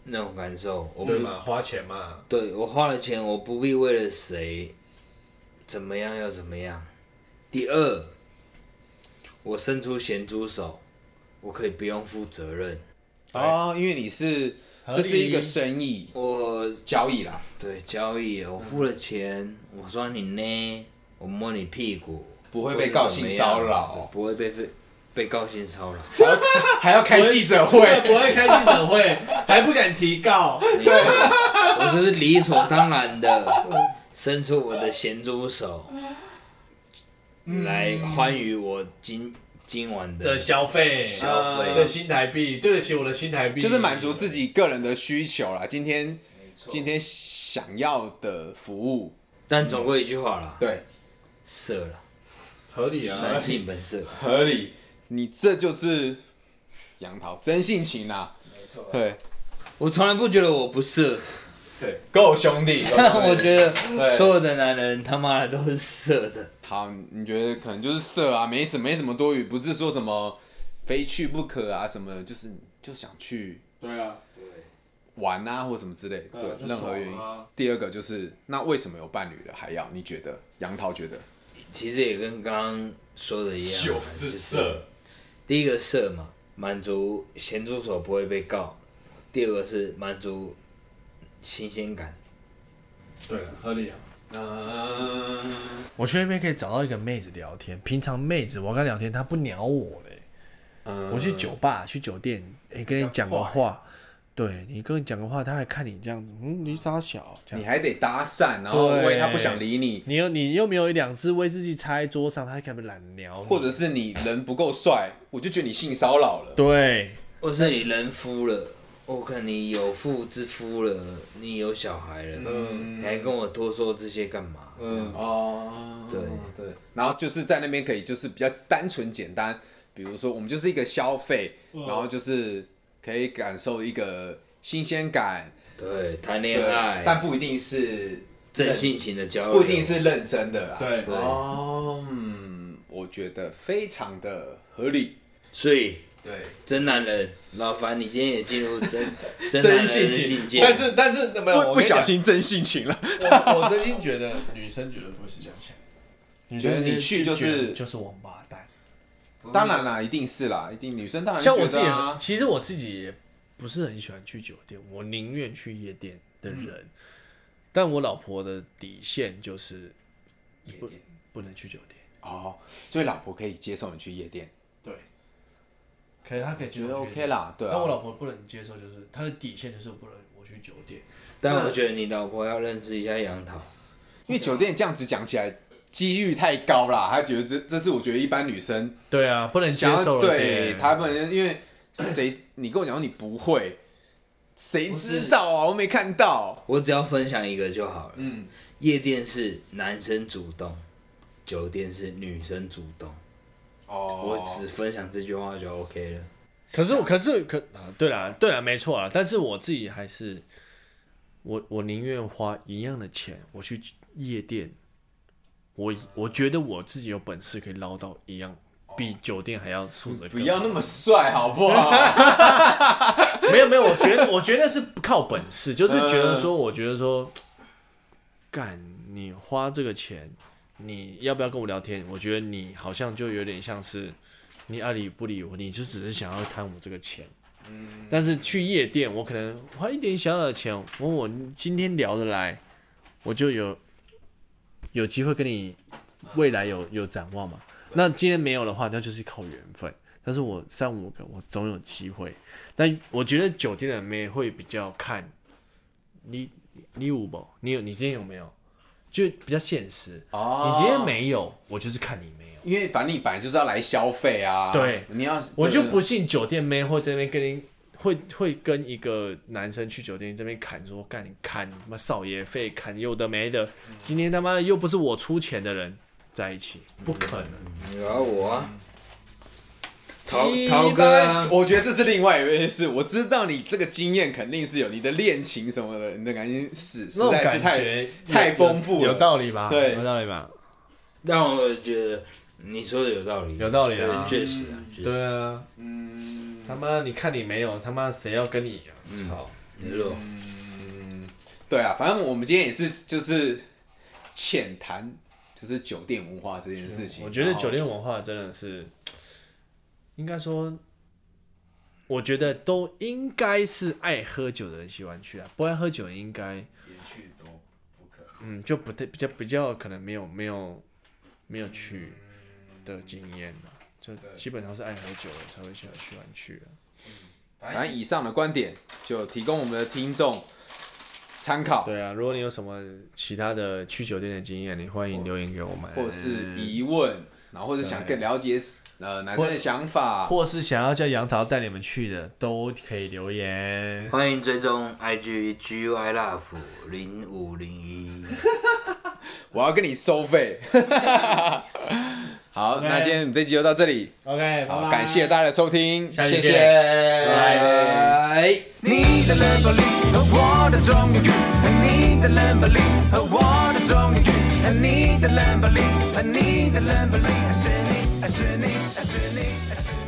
S3: 那种感受，我
S5: 对
S3: 们
S5: 嘛，花钱嘛，
S3: 对我花了钱，我不必为了谁怎么样要怎么样。第二，我伸出咸猪手，我可以不用负责任。
S1: 哦，因为你是这是一个生意
S3: 我
S1: 交易啦，
S3: 对交易，我付了钱，我说你呢，我摸你屁股，
S1: 不会被告性骚
S3: 对
S1: 扰，
S3: 不会被被被告性骚扰。
S1: 还要开记者会，
S5: 不会开记者会，还不敢提告，
S3: 对， [laughs] 我这是理所当然的，伸出我的咸猪手，来欢愉我今今晚的
S5: 的消费，
S3: 消费
S5: 的新台币，对得起我的新台币，
S1: 就是满足自己个人的需求啦。今天今天想要的服务，
S3: 但总归一句话啦，
S1: 对，
S3: 色了，
S5: 合理
S2: 嗯
S5: 啊，
S3: 男性本色。
S1: 合理，你这就是杨桃真性情啊，没错，对
S3: 我从来不觉得我不色，
S1: 对，够兄 [laughs] 弟，
S3: 但我
S1: 得
S3: 觉得
S1: 对
S3: 所有的男人他妈的都是色的。
S1: 好，你觉得可能就是色啊，没什没什么多余，不是说什么非去不可啊什么的，就是就想去
S5: 对啊，
S1: 玩啊或什么之类，对，
S5: 就
S1: 任何
S5: 爽
S1: 原因
S5: 啊。
S1: 第二个就是，那为什么有伴侣了还要？你觉得杨桃觉得
S3: 其实也跟刚刚说的一样，就是色。第一个色嘛，满足咸猪手不会被告；第二个是满足新鲜感，
S7: 对，合理啊。
S1: 嗯
S2: 我去那边可以找到一个妹子聊天，平常妹子我跟她聊天，她不鸟我嘞。
S1: 嗯
S2: 我去酒吧、去酒店，哎、跟你讲个
S1: 讲
S2: 话，对你跟你讲个话，她还看你这样子，嗯，你傻小，这
S1: 你
S2: 样。
S1: 还得搭讪，然后为
S2: 对
S1: 他不想理你，
S2: 你又你又没有一两只威士忌插在桌上，她还敢不懒聊你？
S1: 或者是你人不够帅，我就觉得你性骚扰了。
S2: 对，
S3: 或是你人夫了，我看你有妇之夫了，你有小孩了，
S1: 嗯
S3: 你还跟我多说这些干嘛？
S7: 嗯，
S1: 哦，
S3: 对
S1: 对，然后就是在那边可以就是比较单纯简单，比如说我们就是一个消费，
S2: 嗯
S1: 然后就是可以感受一个新鲜感，
S3: 对，谈恋
S1: 对，
S3: 爱，
S1: 但不一定是
S3: 正性情的交流，
S1: 不一定是认真的啦。
S7: 对
S3: 对，
S1: 哦，嗯，我觉得非常的合理。
S3: 所以
S1: 对，
S3: 真男人，老樊，你今天也进入
S1: [laughs]
S3: 真真男人
S1: 真
S3: 的
S1: 性
S3: 境
S1: 情，
S3: 界，
S2: 但是但是没有，我跟你
S1: 不不小
S2: 讲，
S1: 心真性情了。
S2: 我我真心觉得女生绝对不会是这样想，女
S1: 觉得
S2: 生
S1: 你去
S2: 就
S1: 就是
S2: 觉得就是王八蛋。
S1: 当然啦，一定是啦，一定女生当然
S2: 像
S1: 觉
S2: 我自己
S1: 得
S2: 也，
S1: 啊，
S2: 其实我自己也不是很喜欢去酒店，我宁愿去夜店的
S1: 嗯
S2: 人。但我老婆的底线就是
S1: 夜
S2: 不
S1: 店
S2: 不能去酒店。
S1: 哦，所以老婆可以接受你去夜店，
S2: 对，可以，她可以
S1: 觉
S2: 接
S1: 得
S2: 受去夜
S1: OK
S2: 店。
S1: 啦，对啊。
S2: 但我老婆不能接受，就是她的底线就是不能我去酒店。
S3: 但我
S1: 嗯
S3: 觉得你老婆要认识一下杨桃，
S1: 因为酒店这样子讲起来，机遇太高啦，他觉得这这是我觉得一般女生
S2: 对啊，不能接
S1: 想
S2: 受
S1: 要
S2: 了
S1: 对他们，因为谁你跟我讲说你不会，谁知道啊？我没看到，
S3: 我只要分享一个就好了。
S1: 嗯，
S3: 夜店是男生主动，酒店是女生主动。
S1: 哦
S3: 我只分享这句话就 OK 了。
S2: 可是我，可是可啊，对啦，对啦，没错啦。但是我自己还是，我我宁愿花一样的钱，我去夜店，我我觉得我自己有本事可以捞到一样，比酒店还要素质更好。
S1: 不要那么帅好不
S2: [laughs]
S1: 好？
S2: 没有没有，我觉得我觉得是不靠本事，就是觉得说，我觉得说，干你花这个钱，你要不要跟我聊天？我觉得你好像就有点像是你爱理不理我，你就只是想要贪我这个钱。但是去夜店，我可能花一点小小的钱，我我今天聊得来，我就有有机会跟你未来有有展望嘛。那今天没有的话，那就是靠缘分。但是我三五个，我总有机会。但我觉得酒店的妹会比较看你你有不？你有你今天有没有？就比较现实。
S1: 哦
S2: 你今天，没有，我就是看你没有。
S1: 因为反正你本来就是要来消费啊，
S2: 对
S1: 你要
S2: 我就不信酒店妹会这边跟你会会跟一个男生去酒店这边砍说干你砍你他妈少爷费砍有的没的，
S1: 嗯
S2: 今天他妈的又不是我出钱的人在一起，不可能。
S3: 有啊，我啊，陶
S2: 鸡巴
S3: 陶哥啊，
S1: 我觉得这是另外一回事。我知道你这个经验肯定是有，你的恋情什么的，你的感情史实
S2: 那种
S1: 在是
S2: 感
S1: 太
S2: 觉
S1: 太丰富
S2: 有
S1: 了。
S2: 道理吧？
S1: 对啊
S2: 有道理吧？
S3: 让我觉得你说的有道理，
S2: 有道理啊
S3: 对确实啊，确实。
S2: 对啊，
S1: 嗯，
S2: 他妈你看你没有，他妈谁要跟你啊？操！
S3: 没错，
S1: 对啊，反正我们今天也是就是浅谈，就是酒店文化这件事情。
S2: 我觉得
S1: 然后
S2: 酒店文化真的是，应该说，我觉得都应该是爱喝酒的人喜欢去啊，不爱喝酒的应该，嗯，就不太比较比较可能没有没有没有去的经验啊，就基本上是爱喝酒的才会喜欢喜欢去啊。
S1: 反正以上的观点就提供我们的听众参考，
S2: 对啊，如果你有什么其他的去酒店的经验，你欢迎留言给我们，
S1: 或是疑问，然后或者想更了解呃男生的想法，
S2: 或是想要叫杨桃带你们去的，都可以留言。
S3: 欢迎追踪 IG GUI Love 零五零一，
S1: 我要跟你收费。 [laughs] 好那今天我们这集就到这里。
S2: OK，
S1: 好，感谢大家的收听，
S2: 下期
S1: 谢
S2: 见
S1: 谢，
S3: 拜。
S8: 你的冷暴力和我的纵容欲，你的冷暴力和我的纵容欲，你的冷暴力和你的冷暴力，爱是你，爱是你，爱是你，爱是你。